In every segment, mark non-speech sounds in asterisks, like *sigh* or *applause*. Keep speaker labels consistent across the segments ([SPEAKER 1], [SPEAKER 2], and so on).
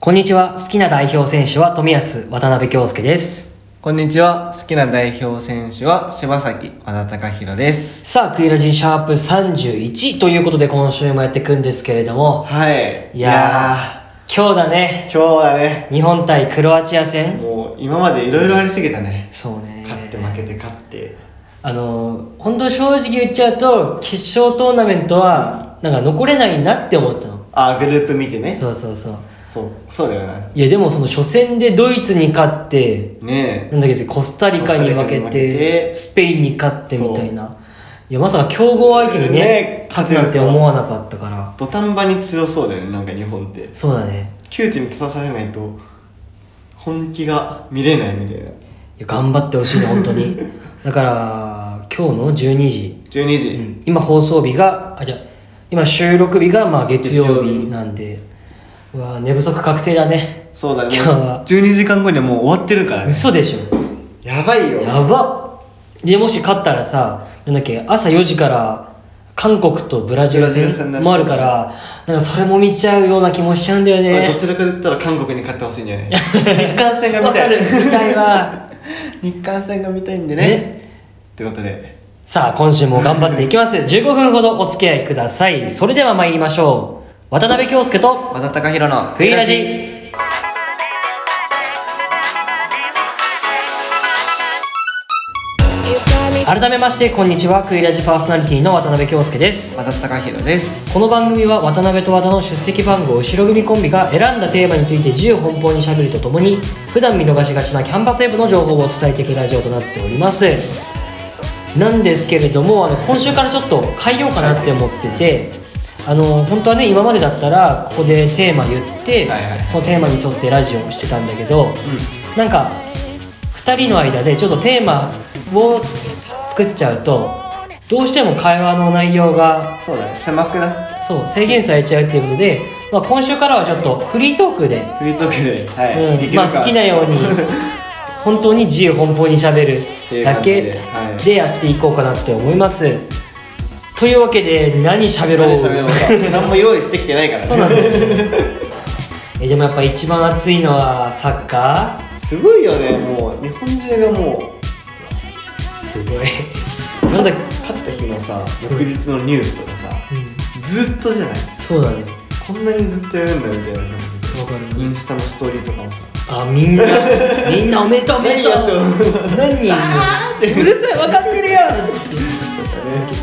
[SPEAKER 1] こんにちは。好きな代表選手は富安渡辺京介です。
[SPEAKER 2] こんにちは。好きな代表選手は柴崎和田貴弘です。
[SPEAKER 1] さあ、クイラジシャープ31ということで今週もやっていくんですけれども、
[SPEAKER 2] はい。
[SPEAKER 1] いやー、今日だ
[SPEAKER 2] ー
[SPEAKER 1] ね。
[SPEAKER 2] 今日はね、
[SPEAKER 1] 日本対クロアチア戦。
[SPEAKER 2] もう今までいろいろありすぎたね。
[SPEAKER 1] そうね。
[SPEAKER 2] 勝って負けて勝って。
[SPEAKER 1] あのー、本当正直言っちゃうと、決勝トーナメントは、なんか残れないなって思ってたの。
[SPEAKER 2] あ、グループ見てね。
[SPEAKER 1] そうそうそう。
[SPEAKER 2] そう、そうだよな。
[SPEAKER 1] いや、でもその初戦でドイツに勝って、
[SPEAKER 2] ね
[SPEAKER 1] なんだっけコスタリカに負け
[SPEAKER 2] コスタリカに負け
[SPEAKER 1] て
[SPEAKER 2] て
[SPEAKER 1] スペインに勝ってみたいないやまさか強豪相手にね
[SPEAKER 2] ね
[SPEAKER 1] 勝つなんて思わなかったから
[SPEAKER 2] 土壇場に強そうだよね、なんか日本って。
[SPEAKER 1] そうだね
[SPEAKER 2] 窮地に立たされないと、本気が見れないみたいな。
[SPEAKER 1] いや頑張ってほしい
[SPEAKER 2] *laughs*
[SPEAKER 1] ね本当にだから今日の12時、
[SPEAKER 2] 12時。
[SPEAKER 1] うん今放送日があじゃあ今収録日がまあ月曜
[SPEAKER 2] 月曜
[SPEAKER 1] 日
[SPEAKER 2] 日
[SPEAKER 1] なんでうわ寝不足確定だね
[SPEAKER 2] そうだね。
[SPEAKER 1] 今日は
[SPEAKER 2] 12時間後にはもう終わってるからね。
[SPEAKER 1] 嘘でしょ
[SPEAKER 2] やばいよ。
[SPEAKER 1] やばっでもし勝ったらさなんだっけ朝4時から韓国とブラジル
[SPEAKER 2] ブラ
[SPEAKER 1] 戦
[SPEAKER 2] ジル戦だね
[SPEAKER 1] もあるからなんかそれも見ちゃうような気もしちゃうんだよ
[SPEAKER 2] まあ
[SPEAKER 1] ね
[SPEAKER 2] どちらかで言ったら韓国に勝ってほしいんじゃない日韓戦が見
[SPEAKER 1] わ
[SPEAKER 2] た
[SPEAKER 1] か
[SPEAKER 2] い
[SPEAKER 1] るみたいわ
[SPEAKER 2] *laughs* 日韓戦が見たいんでね
[SPEAKER 1] ね
[SPEAKER 2] ってことで
[SPEAKER 1] さあ今週も頑張っていきます15分ほどお付き合いくださいそれでは参りましょう渡辺京介と
[SPEAKER 2] 和田貴弘の
[SPEAKER 1] クイラジ改めましてこんにちはクイラジパーソナリティの渡辺京介です
[SPEAKER 2] 和田貴弘です
[SPEAKER 1] この番組は渡辺と和田の出席番号後ろ組コンビが選んだテーマについて自由奔放にしゃべるとともに普段見逃しがちなキャンパスウェブの情報を伝えていくラジオとなっておりますなんですけれどもあの今週からちょっと変えようかなって思っててあの本当はね今までだったらここでテーマ言って、
[SPEAKER 2] はいはい
[SPEAKER 1] そのテーマに沿ってラジオをしてたんだけど、なんか2人の間でちょっとテーマをつ作っちゃうとどうしても会話の内容が
[SPEAKER 2] そうだね狭くなっちゃ
[SPEAKER 1] そう制限されちゃうっていうことで、まあ、今週からはちょっとフリートークで、
[SPEAKER 2] うフリートークで、はい
[SPEAKER 1] うん
[SPEAKER 2] できる
[SPEAKER 1] まあ、
[SPEAKER 2] か
[SPEAKER 1] 好きなよう
[SPEAKER 2] *laughs*
[SPEAKER 1] に本当に自由奔放にしゃべるだけ
[SPEAKER 2] っていう感じではい
[SPEAKER 1] でやっていこうかなって思います。というわけで何しゃべろう
[SPEAKER 2] 何喋ろうか何も用意してきてないからね
[SPEAKER 1] そうなのえでもやっぱ一番熱いのはサッカ
[SPEAKER 2] すごいよねもう日本中がも
[SPEAKER 1] ーすごいなんだ、うん、
[SPEAKER 2] う勝った日のさ翌日のニュースとかさずっとじゃない
[SPEAKER 1] そうだね
[SPEAKER 2] こんなにずっとやるんだみたいな感じで
[SPEAKER 1] わかる
[SPEAKER 2] インスタのストーリーとかもさ
[SPEAKER 1] あみ
[SPEAKER 2] *laughs*
[SPEAKER 1] んなみんなおめでとうおめでとう
[SPEAKER 2] 何やって
[SPEAKER 1] 何人いるの
[SPEAKER 2] うるさい分かってるよ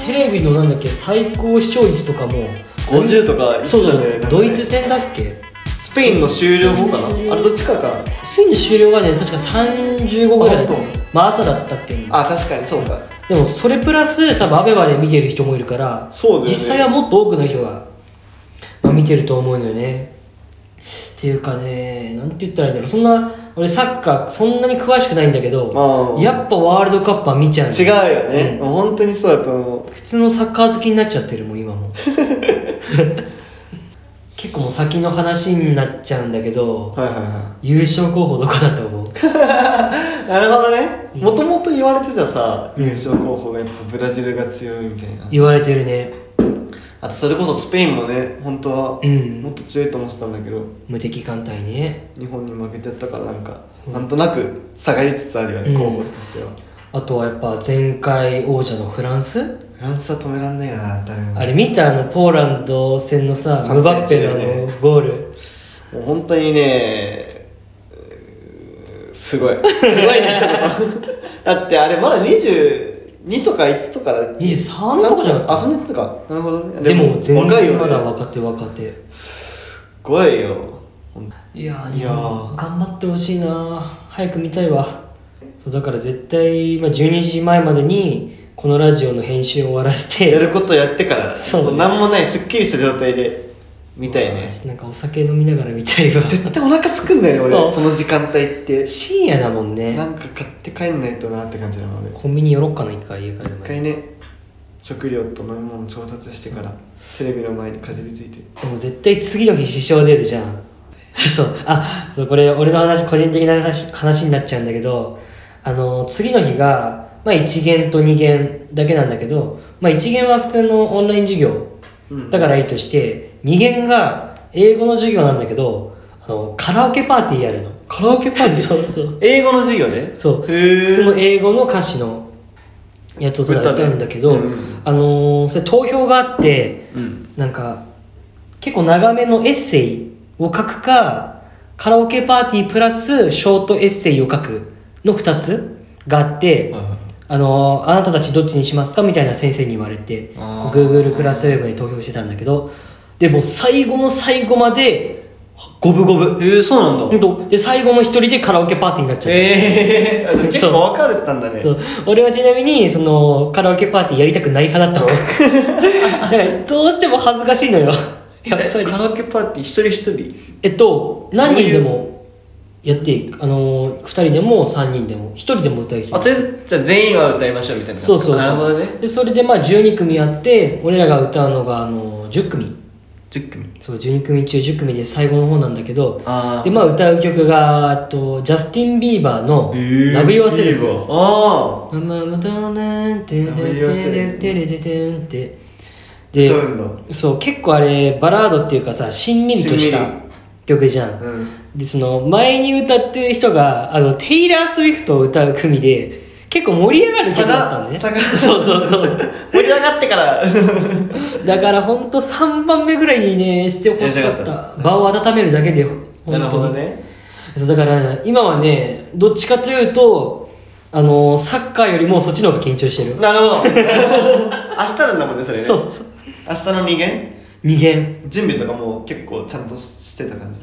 [SPEAKER 1] テレビのなんだっけ最高視聴率とかも
[SPEAKER 2] 50とか
[SPEAKER 1] そうだね
[SPEAKER 2] なんか
[SPEAKER 1] ドイツ戦だっけ
[SPEAKER 2] スペインの終了後かなあれどっちからかな
[SPEAKER 1] スペインの終了がね確か35ぐらい
[SPEAKER 2] あ本
[SPEAKER 1] まあ朝だったっていう
[SPEAKER 2] あ確かにそうか
[SPEAKER 1] でもそれプラス多分アベマで見てる人もいるから
[SPEAKER 2] そうだよね
[SPEAKER 1] 実際はもっと多くの人が、まあ、見てると思うのよねっていうかねなんて言ったらいいんだろうそんな俺サッカーそんなに詳しくないんだけど
[SPEAKER 2] あー
[SPEAKER 1] やっぱワールドカップは見ちゃうね
[SPEAKER 2] 違うよね、もう本当にそうだと思う
[SPEAKER 1] 普通のサッカー好きになっちゃってるもん今
[SPEAKER 2] *laughs*
[SPEAKER 1] も結構もう先の話になっちゃうんだけど
[SPEAKER 2] はいはいは
[SPEAKER 1] 優勝候補どこだと思う
[SPEAKER 2] いなるほどねもともと言われてたさ優勝候補がやっぱブラジルが強いみたいな
[SPEAKER 1] 言われてるね
[SPEAKER 2] あとそれこそスペインもね本当は
[SPEAKER 1] うん
[SPEAKER 2] もっと強いと思ってたんだけど
[SPEAKER 1] 無敵艦隊ね
[SPEAKER 2] 日本に負けてったからなんかなんとなく下がりつつあるよね、
[SPEAKER 1] うん
[SPEAKER 2] 候補としては
[SPEAKER 1] あとはやっぱ前回王者のフランス
[SPEAKER 2] フランスは止めらんないよな誰も
[SPEAKER 1] あれ見たあのポーランド戦のさム
[SPEAKER 2] 3-1
[SPEAKER 1] バッペのあ
[SPEAKER 2] だよ
[SPEAKER 1] の
[SPEAKER 2] ね
[SPEAKER 1] ゴール
[SPEAKER 2] もう本当にねうーすごいすごいね
[SPEAKER 1] *laughs*
[SPEAKER 2] 一言だってあれまだ22とか1とかだ
[SPEAKER 1] 23とかじゃなかった
[SPEAKER 2] あそんなやつかなるほどね
[SPEAKER 1] でも全
[SPEAKER 2] 若いよ
[SPEAKER 1] 然
[SPEAKER 2] ね
[SPEAKER 1] まだ若手若手
[SPEAKER 2] すごいよほん
[SPEAKER 1] いやー
[SPEAKER 2] いやー
[SPEAKER 1] 日本頑張ってほしいな早く見たいわそうだから絶対、まあ、12時前までにこのラジオの編集を終わらせ
[SPEAKER 2] や
[SPEAKER 1] て
[SPEAKER 2] ることやってから
[SPEAKER 1] そう
[SPEAKER 2] も何もないすっきりした状態で見たいね
[SPEAKER 1] ちょっとなんかお酒飲みながら見たいわ
[SPEAKER 2] 絶対お腹すくんだよね
[SPEAKER 1] そう
[SPEAKER 2] 俺その時間帯って
[SPEAKER 1] 深夜だもんね
[SPEAKER 2] なんか買って帰んないとなって感じなので
[SPEAKER 1] コンビニ寄ろっかな一回家帰る
[SPEAKER 2] 一
[SPEAKER 1] 前
[SPEAKER 2] 回ね食料と飲み物調達してからテレビの前にかじりついて
[SPEAKER 1] でも絶対次の日支障出るじゃんそうあそうこれ俺の話個人的な話話になっちゃうんだけどあの次の日が、まあ、1限と2限だけなんだけど、まあ、1限は普通のオンライン授業
[SPEAKER 2] うん
[SPEAKER 1] だからいいとして2限が英語の授業なんだけどあのカラオケパーティーやるの
[SPEAKER 2] カラオケパーティー
[SPEAKER 1] *laughs* そうそう
[SPEAKER 2] 英語の授業ね
[SPEAKER 1] そう
[SPEAKER 2] へー
[SPEAKER 1] 普通の英語の歌詞のやつをただ歌うんだけど、
[SPEAKER 2] 歌ねうん
[SPEAKER 1] あのーそれ投票があって
[SPEAKER 2] うん
[SPEAKER 1] なんか結構長めのエッセイを書くかカラオケパーティープラスショートエッセイを書くの2つがあって、
[SPEAKER 2] はいはい
[SPEAKER 1] あのーあなたたちどっちにしますかみたいな先生に言われて
[SPEAKER 2] あー
[SPEAKER 1] Google クラスウェブに投票してたんだけどでも最後の最後まで五分五分
[SPEAKER 2] えー、そうなんだ
[SPEAKER 1] ほんとで最後の一人でカラオケパーティーになっちゃった、
[SPEAKER 2] えー、結構分かれてたんだね
[SPEAKER 1] そう俺はちなみにそのカラオケパーティーやりたくない派だった
[SPEAKER 2] *laughs*
[SPEAKER 1] のだからどうしても恥ずかしいのよやっぱ
[SPEAKER 2] え
[SPEAKER 1] り
[SPEAKER 2] カラオケパーティー一人一人
[SPEAKER 1] えっと何人でもやっていいあの2人でも3人でも1人でも歌う人
[SPEAKER 2] あとりあえずじゃあ全員は歌いましょうみたいな
[SPEAKER 1] そうそうそう
[SPEAKER 2] なるほどね
[SPEAKER 1] でそれでまあ12組あって俺らが歌うのがあの10組
[SPEAKER 2] 10組
[SPEAKER 1] そう12組中10組で最後の方なんだけど
[SPEAKER 2] あ
[SPEAKER 1] でまあ歌う曲がえっとジャスティン・ビーバーの「ラブ・ヨーセルフ」
[SPEAKER 2] あ
[SPEAKER 1] マママドナンテ
[SPEAKER 2] ラ
[SPEAKER 1] テ
[SPEAKER 2] ブユアセル
[SPEAKER 1] テテテテテンって
[SPEAKER 2] あ
[SPEAKER 1] で
[SPEAKER 2] 歌うんだ
[SPEAKER 1] そう結構あれバラードっていうかさしんみりとした
[SPEAKER 2] しんみ
[SPEAKER 1] 曲じゃん、
[SPEAKER 2] うん
[SPEAKER 1] でその前に歌ってる人があのテイラー・スウィフトを歌う組で結構盛り上がる曲だったんね
[SPEAKER 2] 差が差が
[SPEAKER 1] *laughs* そうそうそう
[SPEAKER 2] 盛り上がってから
[SPEAKER 1] *laughs* だからほんと3番目ぐらいにねしてほしかっ
[SPEAKER 2] やりた
[SPEAKER 1] た場を温めるだけでほんと
[SPEAKER 2] なるほどね
[SPEAKER 1] そうだから今はねどっちかというとあのサッカーよりもそっちの方が緊張してる
[SPEAKER 2] な
[SPEAKER 1] *laughs*
[SPEAKER 2] るほど明日なんだもんねそれね
[SPEAKER 1] そうそう
[SPEAKER 2] 明日の2限
[SPEAKER 1] 二限
[SPEAKER 2] 準備とかもう結構ちゃんとしてた感じ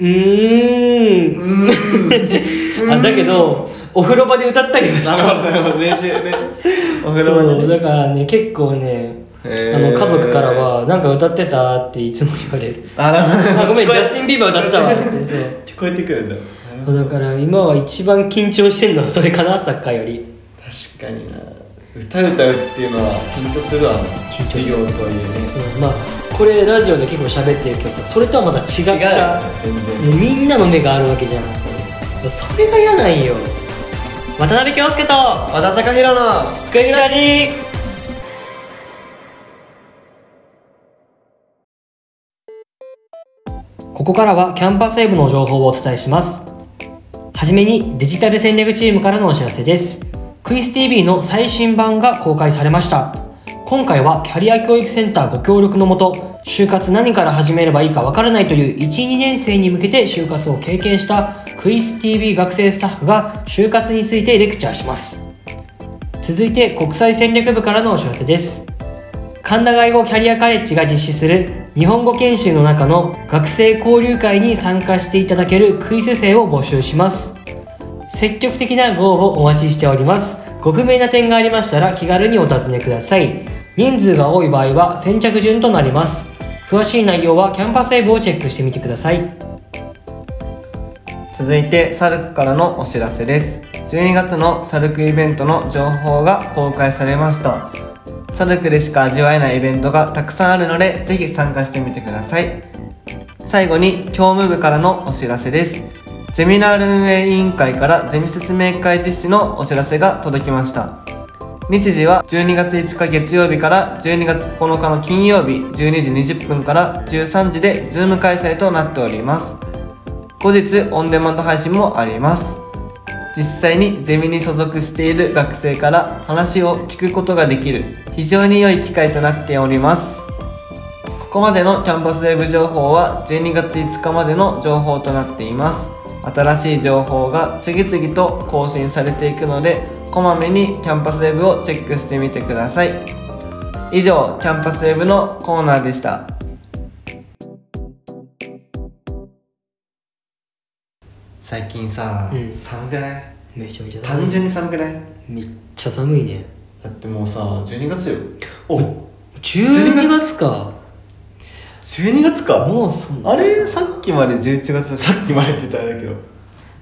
[SPEAKER 1] うーん
[SPEAKER 2] うーん
[SPEAKER 1] あだけどお風呂場で歌ったりはし
[SPEAKER 2] な
[SPEAKER 1] た
[SPEAKER 2] るほどなるほど練習ねお風呂場
[SPEAKER 1] そう
[SPEAKER 2] で
[SPEAKER 1] だからね結構ねあ
[SPEAKER 2] へー
[SPEAKER 1] の家族からは「なんか歌ってた?」っていつも言われる
[SPEAKER 2] あな
[SPEAKER 1] 「
[SPEAKER 2] るほ
[SPEAKER 1] あ
[SPEAKER 2] ど
[SPEAKER 1] ごめん
[SPEAKER 2] 聞
[SPEAKER 1] ジ
[SPEAKER 2] こえ
[SPEAKER 1] ャスティン・ビーバー歌ってたわ」って
[SPEAKER 2] 聞こえてくるんだ
[SPEAKER 1] そうだから今は一番緊張してるのはそれかなサッカーより
[SPEAKER 2] 確かにな歌歌うっていうのは緊張するわな
[SPEAKER 1] 張する
[SPEAKER 2] 授業というね
[SPEAKER 1] そうまあこれラジオで結構喋ってるけどさそれとはまた違
[SPEAKER 2] 違う
[SPEAKER 1] っ
[SPEAKER 2] よ
[SPEAKER 1] た
[SPEAKER 2] 全
[SPEAKER 1] も
[SPEAKER 2] 然
[SPEAKER 1] うみんなの目があるわけじゃんそれが嫌なんよ渡辺京介と
[SPEAKER 2] 和田貴弘の
[SPEAKER 1] クイラジここからはキャンパスウェブの情報をお伝えしますはじめにデジタル戦略チームからのお知らせですクイズ TV の最新版が公開されました今回はキャリア教育センターご協力のもと就活何から始めればいいかわからないという12年生に向けて就活を経験したクイズ TV 学生スタッフが就活についてレクチャーします続いて国際戦略部からのお知らせです神田外語キャリアカレッジが実施する日本語研修の中の学生交流会に参加していただけるクイズ生を募集します積極的なご応募お待ちしておりますご不明な点がありましたら気軽にお尋ねください人数が多い場合は先着順となります詳しい内容はキャンパスウェブをチェックしてみてください
[SPEAKER 2] 続いてサルクからのお知らせです12月のサルクイベントの情報が公開されましたサルクでしか味わえないイベントがたくさんあるのでぜひ参加してみてください最後に教務部からのお知らせですゼミナール運営委員会からゼミ説明会実施のお知らせが届きました日時は12月5日月曜日から12月9日の金曜日12時20分から13時で Zoom 開催となっております後日オンデマンド配信もあります実際にゼミに所属している学生から話を聞くことができる非常に良い機会となっておりますここまでのキャンパスウェブ情報は12月5日までの情報となっています新しい情報が次々と更新されていくのでこまめにキャンパスウェブをチェックしてみてください以上キャンパスウェブのコーナーでした最近さ、
[SPEAKER 1] うん
[SPEAKER 2] 寒くない
[SPEAKER 1] めちゃめちゃ寒
[SPEAKER 2] 単
[SPEAKER 1] い
[SPEAKER 2] 純に寒くない
[SPEAKER 1] めっちゃ寒いね
[SPEAKER 2] だってもうさ12月よお
[SPEAKER 1] 12月か
[SPEAKER 2] 12月か
[SPEAKER 1] もうそんな
[SPEAKER 2] あれさっきまで11月ださっきまでって言ったらあれだけど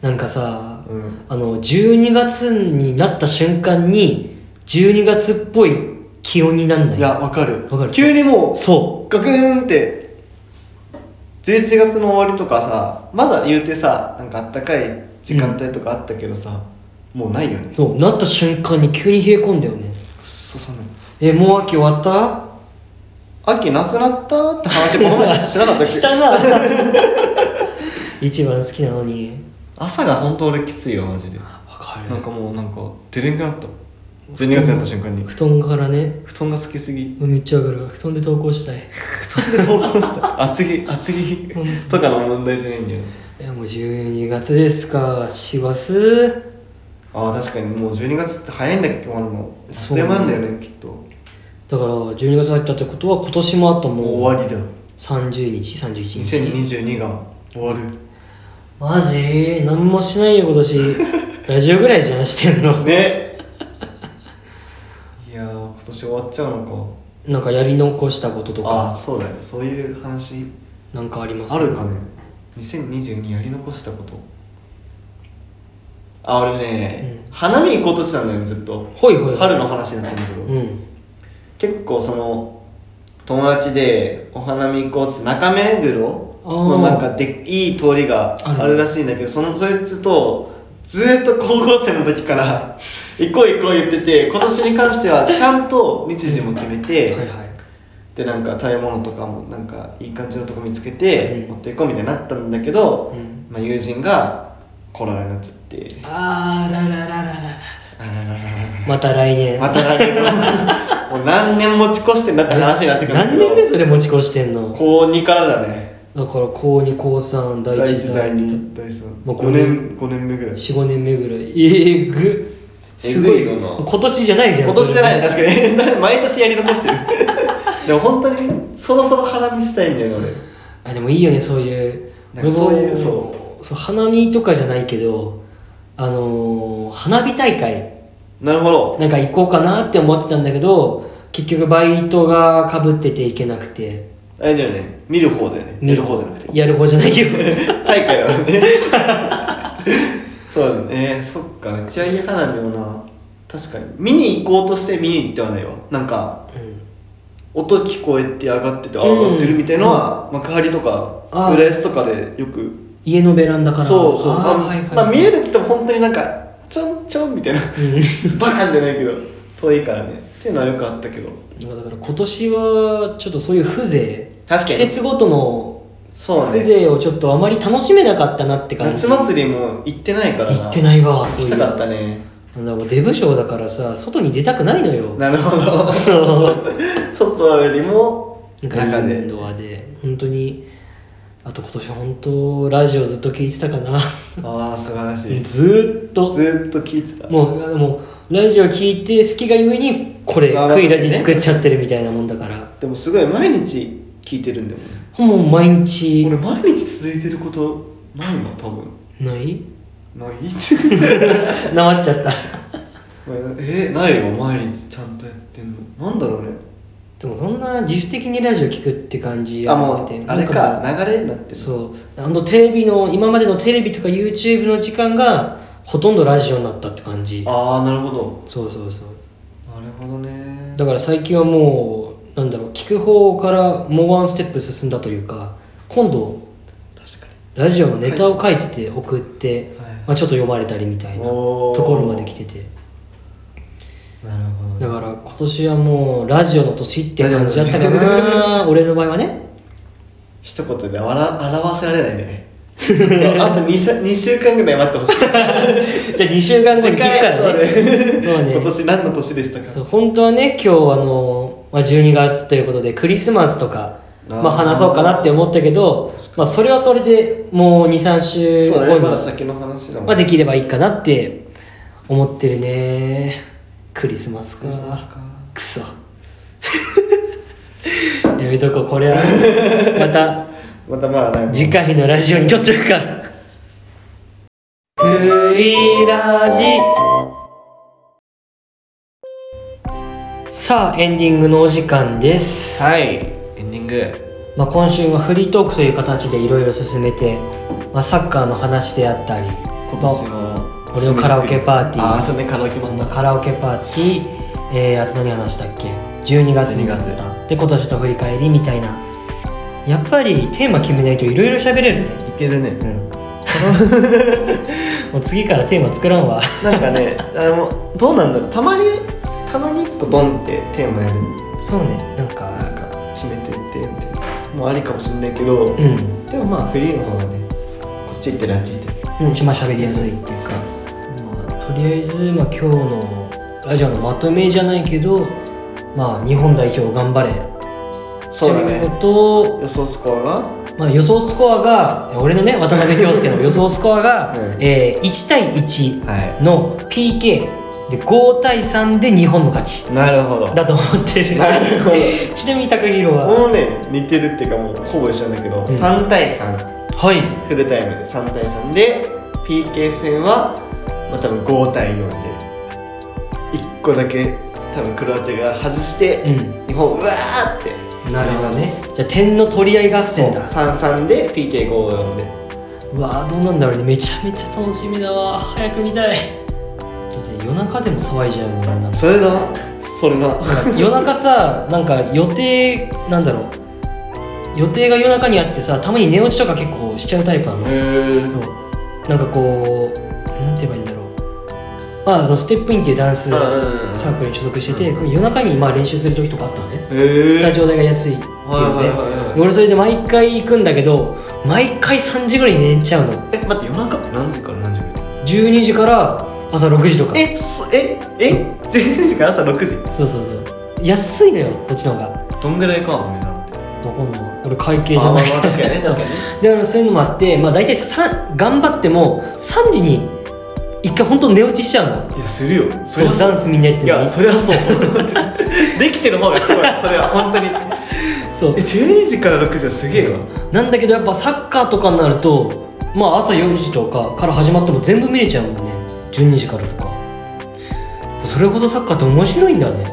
[SPEAKER 1] なんかさ
[SPEAKER 2] うん
[SPEAKER 1] あの12月になった瞬間に12月っぽい気温になんない
[SPEAKER 2] いやわかる
[SPEAKER 1] わかる
[SPEAKER 2] 急にもう
[SPEAKER 1] そ
[SPEAKER 2] ガクーンって11月の終わりとかさまだ言うてさなんかあったかい時間帯とかあったけどさ、もうないよね
[SPEAKER 1] うそうなった瞬間に急に冷え込んだよね
[SPEAKER 2] くっそ寒い
[SPEAKER 1] えもう秋終わった
[SPEAKER 2] *laughs* 秋なくなったって話この前しなかったっけ
[SPEAKER 1] したな一番好きなのに
[SPEAKER 2] 朝が本当俺きついよマジで
[SPEAKER 1] わか
[SPEAKER 2] なんかもうなんか出れんくなった12月になった瞬間に
[SPEAKER 1] 布団からね
[SPEAKER 2] 布団が好きすぎ
[SPEAKER 1] もうめっちゃわかるわ布団で投稿したい
[SPEAKER 2] 布団で投稿した厚着厚着
[SPEAKER 1] ほんと
[SPEAKER 2] とかの問題じゃないんだよね
[SPEAKER 1] いやもう12月ですか師走
[SPEAKER 2] ああ確かにもう12月って早いんだっけ終わるのあっ
[SPEAKER 1] そ
[SPEAKER 2] と
[SPEAKER 1] う
[SPEAKER 2] いう間なんだよねきっとも
[SPEAKER 1] だから12月入ったってことは今年もあと
[SPEAKER 2] う
[SPEAKER 1] もう
[SPEAKER 2] 終わりだ
[SPEAKER 1] 30日31日
[SPEAKER 2] 2022が終わる
[SPEAKER 1] マジ何もしないよ今年
[SPEAKER 2] *laughs*
[SPEAKER 1] ラジオぐらいじゃんしてんの
[SPEAKER 2] ね *laughs* いやー今年終わっちゃうの
[SPEAKER 1] なんかやり残したことと
[SPEAKER 2] かああ
[SPEAKER 1] か
[SPEAKER 2] そうだよねそういう話
[SPEAKER 1] なんかあります
[SPEAKER 2] あるかね2022やり残したことあ俺ね、花見行こうとしてたんだよねずっと
[SPEAKER 1] ほいほいほい
[SPEAKER 2] 春の話になっちゃうんだけど、
[SPEAKER 1] うん
[SPEAKER 2] 結構その友達でお花見行こうっつって中目黒の
[SPEAKER 1] あー
[SPEAKER 2] なんかでいい通りが
[SPEAKER 1] ある
[SPEAKER 2] あるらしいんだけどそのそいつとずーっと高校生の時から *laughs* 行こう行こう言ってて今年に関してはちゃんと日時も決めて、
[SPEAKER 1] はいはい
[SPEAKER 2] でなんか食べ物とかもなんかいい感じのとこ見つけ
[SPEAKER 1] う
[SPEAKER 2] て
[SPEAKER 1] ん
[SPEAKER 2] 持っていこうみたいになったんだけど、
[SPEAKER 1] うん
[SPEAKER 2] まあ、友人がコロナになっちゃって
[SPEAKER 1] あーらららららら
[SPEAKER 2] あらららら
[SPEAKER 1] また来年
[SPEAKER 2] *laughs* まただけどもう何年持ち越してんだって話になってくるんだけ
[SPEAKER 1] 何
[SPEAKER 2] ど
[SPEAKER 1] 年目それ持ち越してんの
[SPEAKER 2] 高2からだね
[SPEAKER 1] だから高2高3第
[SPEAKER 2] 第
[SPEAKER 1] 1
[SPEAKER 2] 1
[SPEAKER 1] 第
[SPEAKER 2] 第
[SPEAKER 1] 2
[SPEAKER 2] 2第3
[SPEAKER 1] もう
[SPEAKER 2] 5年5年目ぐらい
[SPEAKER 1] 45年目ぐらいえぐすご
[SPEAKER 2] え
[SPEAKER 1] い
[SPEAKER 2] ぐいよな
[SPEAKER 1] 今年じゃないじゃん
[SPEAKER 2] 今年じゃないね
[SPEAKER 1] そ
[SPEAKER 2] 確かに毎年やり残してるでも本当にそろそろ花見したいんだよね
[SPEAKER 1] れあでもいいよねそういう
[SPEAKER 2] なんかそういう
[SPEAKER 1] 俺もそう花見とかじゃないけどあのー花火大会
[SPEAKER 2] 俺なるほど
[SPEAKER 1] なんか行こうかなって思ってたんだけど結局バイトがかぶってて行けなくて
[SPEAKER 2] あれだよね見る方だよね見る方じゃなくて
[SPEAKER 1] やる方じゃない
[SPEAKER 2] *laughs*
[SPEAKER 1] よ
[SPEAKER 2] 大会だからねそうだねそっか打ち上げ花火もな確かに見に行こうとして見に行ってはないわなんか
[SPEAKER 1] うん
[SPEAKER 2] 音聞こえて上がっててあ
[SPEAKER 1] うん
[SPEAKER 2] 上がってるみたいのは、幕張とか
[SPEAKER 1] あ
[SPEAKER 2] 浦安とかでよく
[SPEAKER 1] 家のベランダから
[SPEAKER 2] そうそう
[SPEAKER 1] あ
[SPEAKER 2] まあ
[SPEAKER 1] ーはいはい、
[SPEAKER 2] まあ見えるっつっても本当になんかちょんちょんみたいなバカンじゃないけど遠いからねっていうのはよくあったけど
[SPEAKER 1] なんかだから今年はちょっとそういう風情
[SPEAKER 2] 確かに
[SPEAKER 1] 季節ごとの
[SPEAKER 2] そうね
[SPEAKER 1] 風情をちょっとあまり楽しめなかったなって感じ
[SPEAKER 2] 夏祭りも行ってないからな
[SPEAKER 1] 行ってないわそう
[SPEAKER 2] 行
[SPEAKER 1] い
[SPEAKER 2] き
[SPEAKER 1] う
[SPEAKER 2] たかったね
[SPEAKER 1] なんだもうデブ症だからさ外に出たくないのよ
[SPEAKER 2] なるほ
[SPEAKER 1] *laughs*
[SPEAKER 2] ど外よりも
[SPEAKER 1] なんか
[SPEAKER 2] 中
[SPEAKER 1] イン
[SPEAKER 2] で
[SPEAKER 1] ドアで本当にあと今年本当ラジオずっと聞いてたかな
[SPEAKER 2] ああ素晴らしいず
[SPEAKER 1] *laughs* ずーっと
[SPEAKER 2] ーっと聞いてた
[SPEAKER 1] もうあでもラジオ聞いて好きがゆえにこれ
[SPEAKER 2] あー
[SPEAKER 1] 食いラ
[SPEAKER 2] 確か
[SPEAKER 1] ジ
[SPEAKER 2] にね
[SPEAKER 1] 作っちゃってるみたいなもんだから
[SPEAKER 2] でもすごい毎日聞いてるんだよね
[SPEAKER 1] もう毎日
[SPEAKER 2] 俺毎日続いてることないの多分
[SPEAKER 1] ない
[SPEAKER 2] *laughs* ない *laughs*
[SPEAKER 1] なまっちゃった *laughs*
[SPEAKER 2] えないよ毎日ちゃんとやってんのなんだろうね
[SPEAKER 1] でもそんな自主的にラジオ聞くって感じ
[SPEAKER 2] あ
[SPEAKER 1] や
[SPEAKER 2] も
[SPEAKER 1] な
[SPEAKER 2] う
[SPEAKER 1] くて
[SPEAKER 2] あれ
[SPEAKER 1] なん
[SPEAKER 2] か流れになってる
[SPEAKER 1] そうあのテレビの今までのテレビとか YouTube の時間がほとんどラジオになったって感じ
[SPEAKER 2] ああなるほど
[SPEAKER 1] そうそうそう
[SPEAKER 2] なるほどね
[SPEAKER 1] だから最近はもうなんだろう聞く方からもうワンステップ進んだというか今度
[SPEAKER 2] 確か
[SPEAKER 1] ラジオのネタを書いてて送って、
[SPEAKER 2] はい
[SPEAKER 1] まあ、ちょっと読まれたりみたいなと
[SPEAKER 2] おー
[SPEAKER 1] ころまで来てて
[SPEAKER 2] になるほ
[SPEAKER 1] だ
[SPEAKER 2] ど
[SPEAKER 1] から今年はもうラジオの年って感じだったか
[SPEAKER 2] ラジオの
[SPEAKER 1] な *laughs* 俺の場合はね
[SPEAKER 2] 一言でわら表せられないね *laughs* ちょっとあと 2, さ2週間ぐらい待ってほしい
[SPEAKER 1] *laughs* じゃあ2週間後に聞くからね
[SPEAKER 2] そう
[SPEAKER 1] そうね
[SPEAKER 2] 今年何の年でしたか
[SPEAKER 1] そう本当はね今日あの、まあ、12月ということでクリスマスとか
[SPEAKER 2] あー
[SPEAKER 1] まあ、話そうかなって思ったけどまあ、それはそれでもう23週
[SPEAKER 2] そう
[SPEAKER 1] 後に
[SPEAKER 2] だねまだ先の話だもん
[SPEAKER 1] まあ、できればいいかなって思ってるねクリスマスか
[SPEAKER 2] クリスマスか
[SPEAKER 1] くそ *laughs* やめとこうこれ *laughs* はまた
[SPEAKER 2] またまあなんか
[SPEAKER 1] 次回のラジオに撮っとくかクイラジさあエンディングのお時間です、
[SPEAKER 2] はいエンディング
[SPEAKER 1] まあ、今週はフリートークという形でいろいろ進めて、まあ、サッカーの話であったり
[SPEAKER 2] 今年の
[SPEAKER 1] 俺のカラオケパーティー
[SPEAKER 2] ああそうねカラオケパーティー
[SPEAKER 1] カラオケパーティー、えー、あと何話したっけ12月になっ
[SPEAKER 2] 12
[SPEAKER 1] たで今年の振り返りみたいなやっぱりテーマ決めないといろいろ喋れるね
[SPEAKER 2] いけるね
[SPEAKER 1] うんもう次からテーマ作らんわ
[SPEAKER 2] なんかねあのどうなんだろうたまにたまに一個ドンってテーマやる
[SPEAKER 1] そうねなんか
[SPEAKER 2] なんか決めてってみたいなもうありかもしんないけ
[SPEAKER 1] う
[SPEAKER 2] ど、
[SPEAKER 1] ん
[SPEAKER 2] でもまあフリーの方がねち行ってるあっち行ってる
[SPEAKER 1] うん、しまあ喋りやすいっていうか、まあ、とりあえず、まあ、今日のラジオのまとめじゃないけど、まあ、日本代表頑張れ
[SPEAKER 2] そうだね
[SPEAKER 1] っていうこと
[SPEAKER 2] 予想スコアが
[SPEAKER 1] まあ、予想スコアが俺のね渡辺京介の *laughs* 予想スコアが、
[SPEAKER 2] うん
[SPEAKER 1] えー1対1
[SPEAKER 2] は
[SPEAKER 1] の PK で5対3で日本の勝ち
[SPEAKER 2] いなるほど
[SPEAKER 1] *laughs* だと思ってる
[SPEAKER 2] なる *laughs* ほど
[SPEAKER 1] ちなみに高弘は、
[SPEAKER 2] もうね似てるっていうかもうほぼ一緒なんだけど、
[SPEAKER 1] ん
[SPEAKER 2] 3対3
[SPEAKER 1] はい
[SPEAKER 2] フルタイムで3対3で PK 戦は、まあ、多分5対4で1個だけ多分クロアチアが外して、
[SPEAKER 1] う
[SPEAKER 2] 日本うわーって
[SPEAKER 1] な
[SPEAKER 2] な
[SPEAKER 1] る
[SPEAKER 2] り
[SPEAKER 1] ほど
[SPEAKER 2] ま
[SPEAKER 1] ね
[SPEAKER 2] す
[SPEAKER 1] じゃあ点の取り合い合
[SPEAKER 2] そう
[SPEAKER 1] 戦だ
[SPEAKER 2] 33で PK54 で
[SPEAKER 1] うわーどうなんだろうねめちゃめちゃ楽しみだわ早く見たいだって夜中でも騒いじゃうもん俺
[SPEAKER 2] *laughs*
[SPEAKER 1] なんか
[SPEAKER 2] それなそれな
[SPEAKER 1] なんか夜中さなんか予定なんだろう予定が夜中にあってさたまに寝落ちとか結構しちゃうタイプなの、
[SPEAKER 2] ー
[SPEAKER 1] そうなんかこうなんて言えばいいんだろうまあそのステップインっていうダンスサークルに所属してて、
[SPEAKER 2] うん
[SPEAKER 1] これ夜中にまあ練習する時とかあったのね、
[SPEAKER 2] え
[SPEAKER 1] スタジオ代が安いっていうの
[SPEAKER 2] はい
[SPEAKER 1] で、
[SPEAKER 2] はいはいはい
[SPEAKER 1] 俺それで毎回行くんだけど毎回3時ぐらいに寝ちゃうの
[SPEAKER 2] え待って夜中って何時から何時まで
[SPEAKER 1] 12時から朝6時とか
[SPEAKER 2] えそええ12時から朝6時
[SPEAKER 1] そうそうそう安いのよそっちの方が
[SPEAKER 2] どんぐらいかもねだって
[SPEAKER 1] わかんない俺会計じゃない
[SPEAKER 2] あまあまあ確かに *laughs* ね確かにね
[SPEAKER 1] *laughs* であのそういうのもあってまあ大体3頑張っても3時に一回本当寝落ちしちゃうの
[SPEAKER 2] いやするよそ
[SPEAKER 1] そ
[SPEAKER 2] り
[SPEAKER 1] う
[SPEAKER 2] ゃそ
[SPEAKER 1] ダ
[SPEAKER 2] う
[SPEAKER 1] ンスみんなやって
[SPEAKER 2] い
[SPEAKER 1] るの
[SPEAKER 2] や
[SPEAKER 1] に
[SPEAKER 2] そりゃそう *laughs* できてる方がすごいそれは本当に
[SPEAKER 1] そう
[SPEAKER 2] え12時から6時はすげえわ
[SPEAKER 1] なんだけどやっぱサッカーとかになるとまあ朝4時とかから始まっても全部見れちゃうもんね12時からとかそれほどサッカーって面白いんだね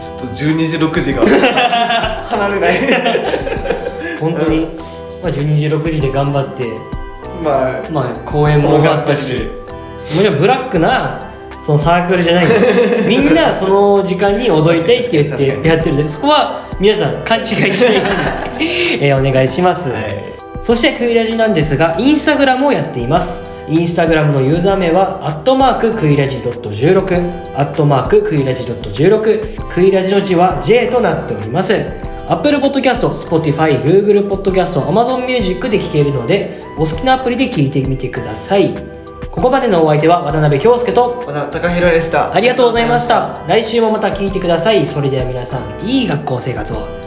[SPEAKER 2] ちょっと12時6時が *laughs* 離れない *laughs*
[SPEAKER 1] 本当に、まあ、12時6時で頑張って
[SPEAKER 2] まあ
[SPEAKER 1] まあ公演も終わった
[SPEAKER 2] *laughs*
[SPEAKER 1] しもちろんブラックなそのサークルじゃない
[SPEAKER 2] *laughs*
[SPEAKER 1] みんなその時間に踊りたいって言っ
[SPEAKER 2] 確かに確かに
[SPEAKER 1] てやってるんでそこは皆さん勘違いしないよう
[SPEAKER 2] *laughs*
[SPEAKER 1] にえーお願いします、
[SPEAKER 2] はい
[SPEAKER 1] そしてクイラジなんですがインスタグラムをやっていますインスタグラムのユーザー名はアットマーククイラジ .16 アットマーククイラジ .16 クイラジの字は J となっております Apple Podcast、Spotify、Google Podcast、Amazon Music で聴けるのでお好きなアプリで聞いてみてくださいここまでのお相手は渡辺京介と
[SPEAKER 2] また高弘でした
[SPEAKER 1] ありがとうございました。来週もまた聞いてください。それでは皆さん、いい学校生活を。